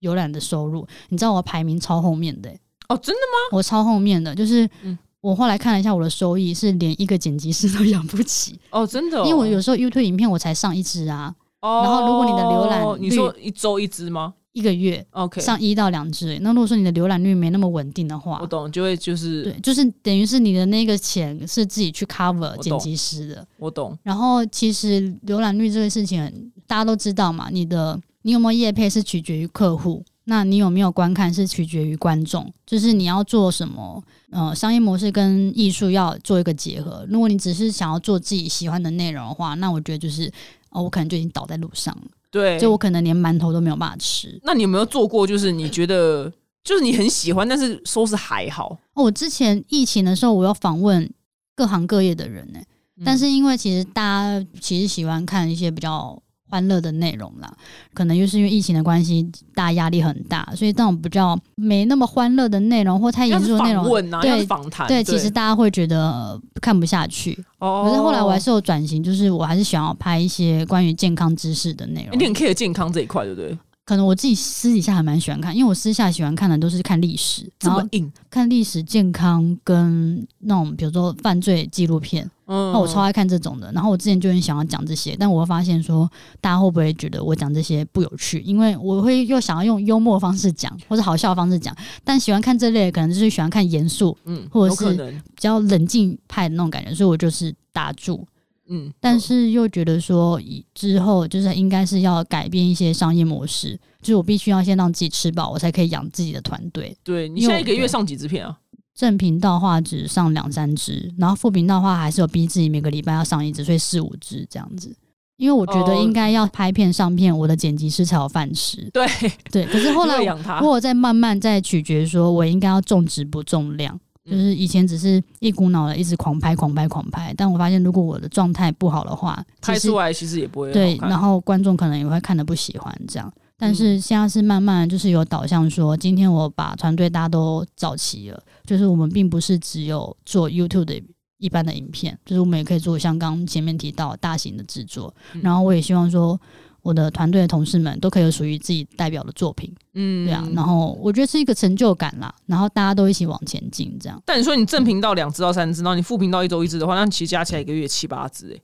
B: 浏览的收入，你知道我排名超后面的、欸
A: 哦，真的吗？
B: 我超后面的，就是
A: 嗯
B: 我后来看了一下我的收益是连一个剪辑师都 养不起，
A: 哦，真的哦、
B: 因为我有时候 YouTube 影片我才上一支啊，
A: 哦，
B: 然后如果你的浏览率
A: 你说一周一只吗
B: 一个月
A: ？OK，
B: 上一到两支而已。欸那如果说你的浏览率没那么稳定的话
A: 我，懂，就会就是
B: 对，就是等于是你的那个钱是自己去 cover
A: 懂
B: 剪辑师的。
A: 我懂，
B: 然后其实浏览率这个事情很，大家都知道嘛，你的你有没有业配是取决于客户，那你有没有观看是取决于观众，就是你要做什么，呃，商业模式跟艺术要做一个结合。如果你只是想要做自己喜欢的内容的话，那我觉得就是。哦，我可能就已经倒在路上了，
A: 对，
B: 就我可能连馒头都没有办法吃。
A: 那你有没有做过？就是你觉得，就是你很喜欢，但是收拾还好。
B: 哦，我之前疫情的时候，我有访问各行各业的人呢、嗯
A: 嗯
B: 但是因为其实大家其实喜欢看一些比较欢乐的内容啦，可能又是因为疫情的关系，大家压力很大，所以这种比较没那么欢乐的内容或太
A: 要
B: 严肃
A: 是
B: 的
A: 访
B: 内容，
A: 问啊，
B: 对
A: 要是访谈，
B: 对，
A: 对，
B: 其实大家会觉得、呃看不下去。
A: 哦，
B: 可是后来我还是有转型，就是我还是想要拍一些关于健康知识的内
A: 欸你很
B: 容。
A: care 健康这一块，对不对？
B: 可能我自己私底下还蛮喜欢看，因为我私下喜欢看的都是看历史，
A: 这
B: 然后
A: 么硬，
B: 看历史、健康跟那种比如说犯罪纪录片。
A: 嗯
B: 哦那我超爱看这种的。然后我之前就很想要讲这些，但我会发现说，大家会不会觉得我讲这些不有趣？因为我会又想要用幽默的方式讲，或者好笑的方式讲，但喜欢看这类的可能就是喜欢看严肃、
A: 嗯，
B: 或者
A: 有可
B: 是
A: 能，
B: 比较冷静派的那种感觉，所以我就是打住。
A: 嗯，
B: 但是又觉得说，以之后就是应该是要改变一些商业模式，就是我必须要先让自己吃饱，我才可以养自己的团队。
A: 对你
B: 因为
A: 现
B: 我
A: 在一个
B: 对
A: 月上几支片啊？
B: 正频道的话只上两三支，然后副频道的话还是有逼自己每个礼拜要上一支，所以四五支这样子。因为我觉得
A: 哦
B: 应该要拍片上片，我的剪辑师才有饭吃。
A: 对，
B: 对，可是后来
A: 因为
B: 我
A: 养它，
B: 我有在慢慢在取决，说我应该要重质不重量。
A: 嗯
B: 就是以前只是一股脑的一直狂拍、狂拍、狂拍，但我发现如果我的状态不好的话，其
A: 拍
B: 实
A: 出来其实也不会
B: 对，
A: 好看嗯
B: 然后观众可能也会看的不喜欢这样。但是现在是慢慢就是有导向说，今天我把团队大家都找齐了，就是我们并不是只有做 YouTube 的一般的影片，就是我们也可以做像刚刚前面提到的大型的制作。
A: 嗯
B: 然后我也希望说，我的团队的同事们都可以有属于自己代表的作品，
A: 嗯
B: 对啊。然后我觉得是一个成就感啦，然后大家都一起往前进这样。
A: 但你说你正频道两支到三支，然后你副频道一周一支的话，那其实加起来一个月七八支，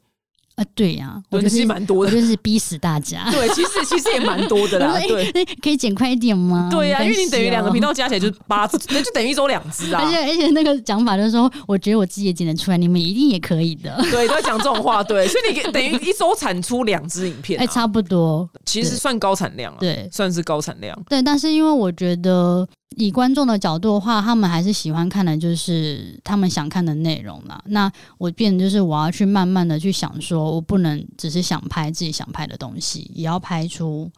A: 哎，
B: 啊，对呀、我
A: 对，
B: 就
A: 那其
B: 是
A: 实蛮多
B: 我
A: 的。
B: 就是逼死大家。
A: 对，其实其实也蛮多的 啦，
B: 我说
A: 对。
B: 哎可以剪快一点吗？
A: 对呀、
B: 啊没
A: 因
B: 关
A: 为你等于
B: 系
A: 两个
B: 哦
A: 频道加起来就是八 支，那就等于一周两支啊
B: 而。且而且那个讲法就是说，我觉得我自己也剪得出来，你们一定也可以的。
A: 对，都在讲这种话，对，所以你等于一周产出两支影片、
B: 哎、
A: 啊，
B: 差不多，
A: 其实算高产量啊，
B: 对
A: 算是高产量。
B: 对。但是因为我觉得，以观众的角度的话，他们还是喜欢看的就是他们想看的内容啦。那我变成就是我要去慢慢的去想说我不能只是想拍自己想拍的东西，也要拍出。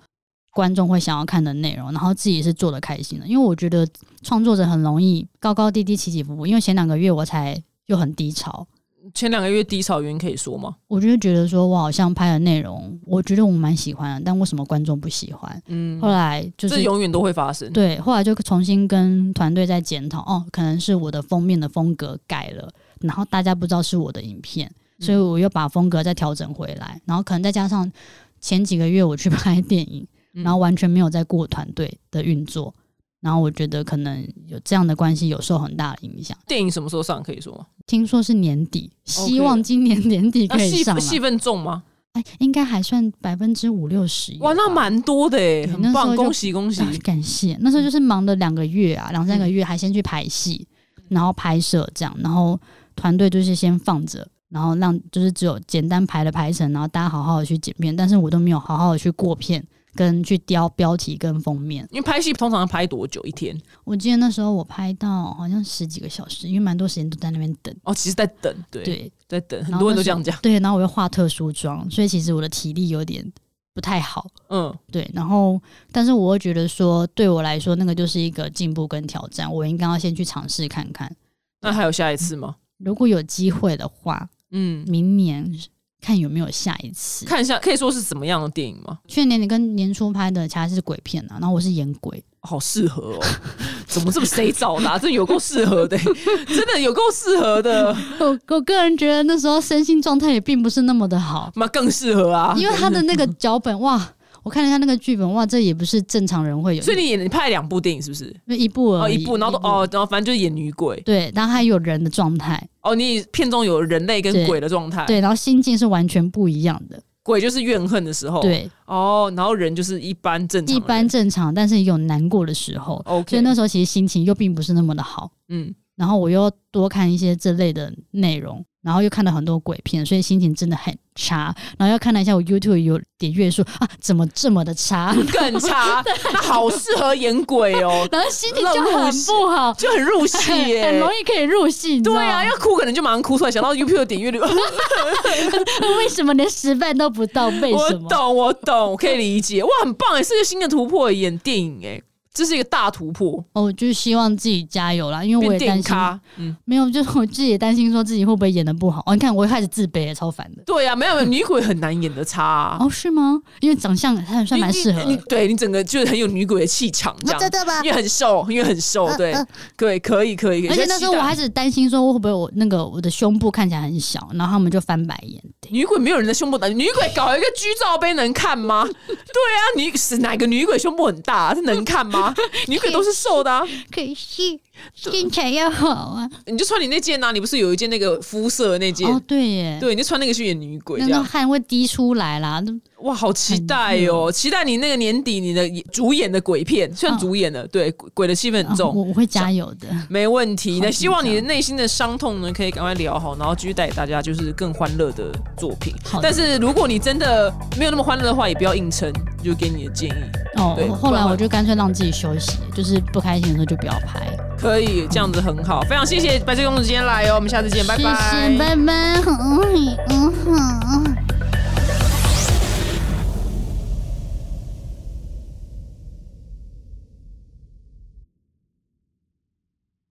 B: 观众会想要看的内容，然后自己是做的开心的，因为我觉得创作者很容易高高低低起起伏伏。因为前两个月我才又很低潮，
A: 前两个月低潮原因可以说吗？
B: 我就会觉得说，我好像拍的内容，我觉得我蛮喜欢的，但为什么观众不喜欢？
A: 嗯，
B: 后来就
A: 这
B: 是
A: 永远都会发生。
B: 对，后来就重新跟团队在检讨，哦，可能是我的封面的风格改了，然后大家不知道是我的影片，
A: 嗯
B: 所以我又把风格再调整回来，然后可能再加上前几个月我去拍电影，
A: 嗯
B: 然后完全没有在顾团队的运作，然后我觉得可能有这样的关系有受很大的影响。
A: 电影什么时候上可以说吗？
B: 听说是年底，希
A: OK
B: 望今年年底
A: 那
B: 可以
A: 戏
B: 上、啊。
A: 戏份重吗？
B: 哎，应该还算百分之五六十。
A: 哇，那蛮多的哎，
B: 对
A: 很
B: 那时候
A: 棒，
B: 就
A: 恭喜恭喜！
B: 啊感谢。那时候就是忙了两个月啊，两三
A: 嗯
B: 个月，还先去排戏，然后拍摄这样，然后团队就是先放着，然后让就是只有简单排了排程，然后大家好好的去剪片，但是我都没有好好的去过片。跟去雕标题跟封面，
A: 因为拍戏通常拍多久？一天
B: 我记得那时候我拍到好像十几个小时，因为蛮多时间都在那边等。
A: 哦，其实在等，对，
B: 对，
A: 在等，
B: 然
A: 很
B: 后
A: 多人
B: 那
A: 都
B: 时
A: 这
B: 候
A: 样讲。
B: 对，然后我又化特殊妆，所以其实我的体力有点不太好。
A: 嗯，
B: 对，然后但是我会觉得说，对我来说那个就是一个进步跟挑战，我应该要先去尝试看看。
A: 那还有下一次吗？
B: 如果有机会的话，
A: 嗯，
B: 明年看有没有下一次。
A: 看一下，可以说是怎么样的电影吗？
B: 去年你跟年初拍的其他是鬼片啊，然后我是演 鬼，
A: 好适合哦，怎么这么谁找的、啊？这有够适合的、欸真的有够适合的，
B: 我我个人觉得那时候身心状态也并不是那么的好，
A: 妈更适合啊！
B: 因为他的那 个脚本哇，我看了一下那个剧本哇，这也不是正常人会有的，
A: 所以你演你拍了两部电影是不是？
B: 就一部
A: 哦，
B: 而已，
A: 一部，然后都哦，然后反正就是演女鬼
B: 对，然后还有人的状态，
A: 哦，你片中有人类跟
B: 对
A: 鬼的状态，
B: 对，然后心境是完全不一样的，
A: 鬼就是怨恨的时候，
B: 对，
A: 哦，然后人就是一般正常
B: 一
A: 人，
B: 般正常，但是也有难过的时候，所
A: OK，
B: 以那时候其实心情又并不是那么的好，
A: 嗯，
B: 然后我又多看一些这类的内容，然后又看了很多鬼片，所以心情真的很差。然后又看了一下我 YouTube 有点阅数啊，怎么这么的差？
A: 更差，那好适合演鬼哦，
B: 然后心情就很不好，
A: 就很入戏
B: 很
A: 耶、
B: 很容易可以入戏，你知
A: 对
B: 道
A: 啊，
B: 吗？
A: 要哭可能就马上哭出来，想到 YouTube 的点阅率，
B: 为什么连十万都不到？为
A: 我
B: 什么？
A: 懂，我懂，我可以理解。哇，很棒哎，是一个新的突破耶，演电影哎，这是一个大突破，
B: 哦，我就希望自己加油啦，因为我
A: 变
B: 也
A: 电
B: 担
A: 影
B: 心，
A: 咖。嗯，
B: 没有，就是我自己也担心说自己会不会演的不好。哦，你看我一开始自卑，超烦的。
A: 对啊，没有没有，女鬼很难演的差、啊。
B: 哦，是吗？因为长相还算蛮适合的哦
A: 你，你对你整个就是很有女鬼的气场，这样、
B: 的吧
A: 因为很瘦，因为很瘦，
B: 呃
A: 对、
B: 呃
A: 对，可以可以。可以
B: 而且
A: 现在
B: 那时候
A: 期
B: 我
A: 待
B: 开始担心说，我会不会我那个我的胸部看起来很小，然后他们就翻白眼。
A: 女鬼没有人的胸部大，女鬼搞一个居罩杯能看吗？对啊，女是哪个女鬼胸部很大、啊，这能看 吗？女鬼都是瘦的、啊，
B: 可是身材要好啊！
A: 你就穿你那件啊，你不是有一件那个肤色的那件？
B: 哦，对耶，
A: 对，你就穿那个去演女鬼，
B: 那
A: 这
B: 那
A: 样
B: 汗会滴出来啦。那
A: 哇，好期待哦！
B: 嗯
A: 期待你那个年底你的主演的鬼片，虽然主演的、对鬼鬼的气氛很
B: 哦
A: 重，
B: 嗯我我会加油的。
A: 没问题。
B: 好
A: 那
B: 紧
A: 希望你的
B: 张
A: 内心的伤痛呢，可以赶快疗好，然后继续带给大家就是更欢乐的作品
B: 好。的
A: 但是如果你真的没有那么欢乐的话，也不要硬撑，就给你的建议。
B: 哦
A: 对，
B: 后来我就干脆让自己休息，就是不开心的时候就不要拍。
A: 可以，这样子很好。非常谢谢白雪公主今天来哦，我们下次见，拜拜。
B: 谢谢，拜拜。嗯嗯嗯。